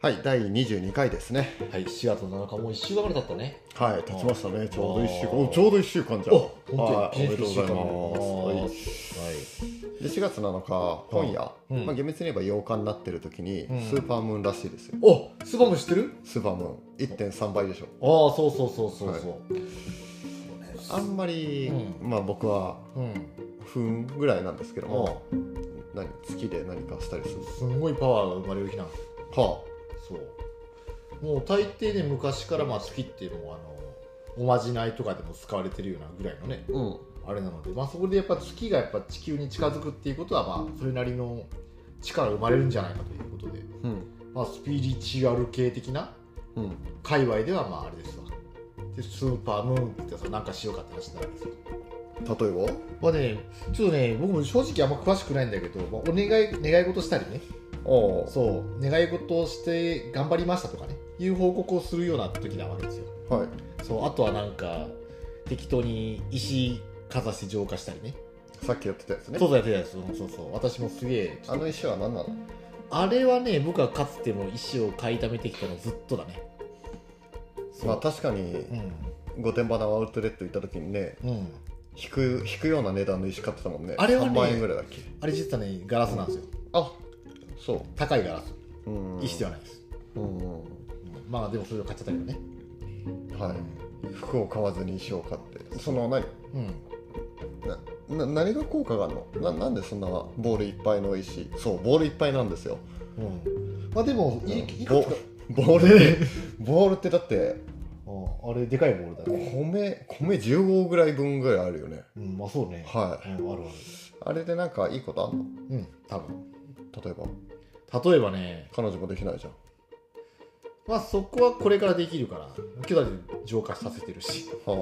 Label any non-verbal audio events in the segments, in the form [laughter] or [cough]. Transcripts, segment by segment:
はい、第22回ですね。はい、4月7日もう1週間ぐらい経ったね。はい、経ちましたね。ちょうど一週間、あおーちょうど一週間じゃん。お本当はいにおめでとうございはまいす。はい、で4月7日今夜、うんまあ厳密に言えば8日になってる時に、うんスーパームーンらしいですよ。おスバム知ってるスーパームーン1.3倍でしょ。ああ、そうそうそうそうそう。あんまり、うんまあ僕はうん。不運ぐらいなんですけども、も何月で何かしたりするう、すんごいパワーが生まれる日なんですよ。はそう。もう大抵ね、昔からまあ月っていうのは、あの、おまじないとかでも使われてるようなぐらいのね、あ、うん、あれなので、まあそこでやっぱ月がやっぱ地球に近づくっていうことは、まあそれなりの力生まれるんじゃないかということで、うん、まあスピリチュアル系的なうん、界隈ではまああれですわでスーパームーンって言ったらさなんかしようかって話になるんですよ例えば。まあねちょっとね僕も正直あんま詳しくないんだけど、まあ、お願い願い事したりねおーそう願い事をして頑張りましたとかねいう報告をするような時なわけですよはい、そうあとはなんか適当に石かざして浄化したりねさっきやってたやつねそう。そうやってたやつうんそうそう私もすげえあの石は何なの？あれはね僕はかつても石を買いためてきたのずっとだねそうまあ確かに御殿場のアウトレット行った時にね、うんうん引く引くような値段の石買ってたもんねあれはね3万円ぐらいだっけあれ実はねガラスなんですよあそ高いガラスう、うん、石ではないです、うんうんまあでもそれを買っちゃったけどねはい服を買わずに石を買ってその何うんなな何が効果があるのななんでそんなボールいっぱいの石そうボールいっぱいなんですようんまあでもいいいくボつかボールってボールってだって [laughs] うんあれでかいボールだね米米10合ぐらい分ぐらいあるよねうんまあそうねはうん、あるあるいあれでなんかいいことあんのうん多分例えば例えばね彼女もできないじゃんまあそこはこれからできるから今日だって浄化させてるしうは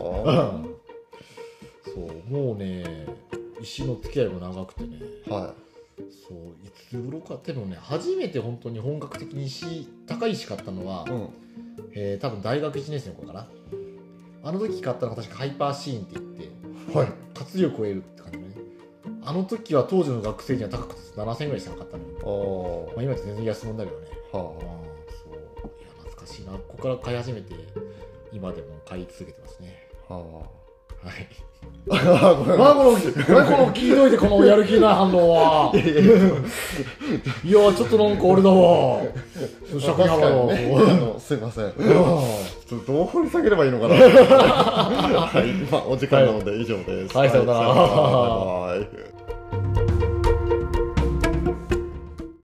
んそうもうね石の付き合いも長くてね [laughs] あはいそういつ頃かでもね初めて本当に本格的に石高い石買ったのは、うんえー多分大学1年生の頃かなあの時買ったのが確かハイパーシーンって言ってはい活力を得るって感じのねあの時は当時の学生には高くて7000円ぐらいしかなかったのよ、ああまあ、今って全然安物だけどねああはそういや懐かしいなここから買い始めて今でも買い続けてますねあはあはいあ [laughs] ごめん何この何この聞いといてこのやる気ない反応はい [laughs] やいやいやちょっとなんか俺だわ確かにねあのすいませんちょっとどう掘り下 [laughs] げればいいのかなはいまあお時間なので以上ですはいさようならバイバイ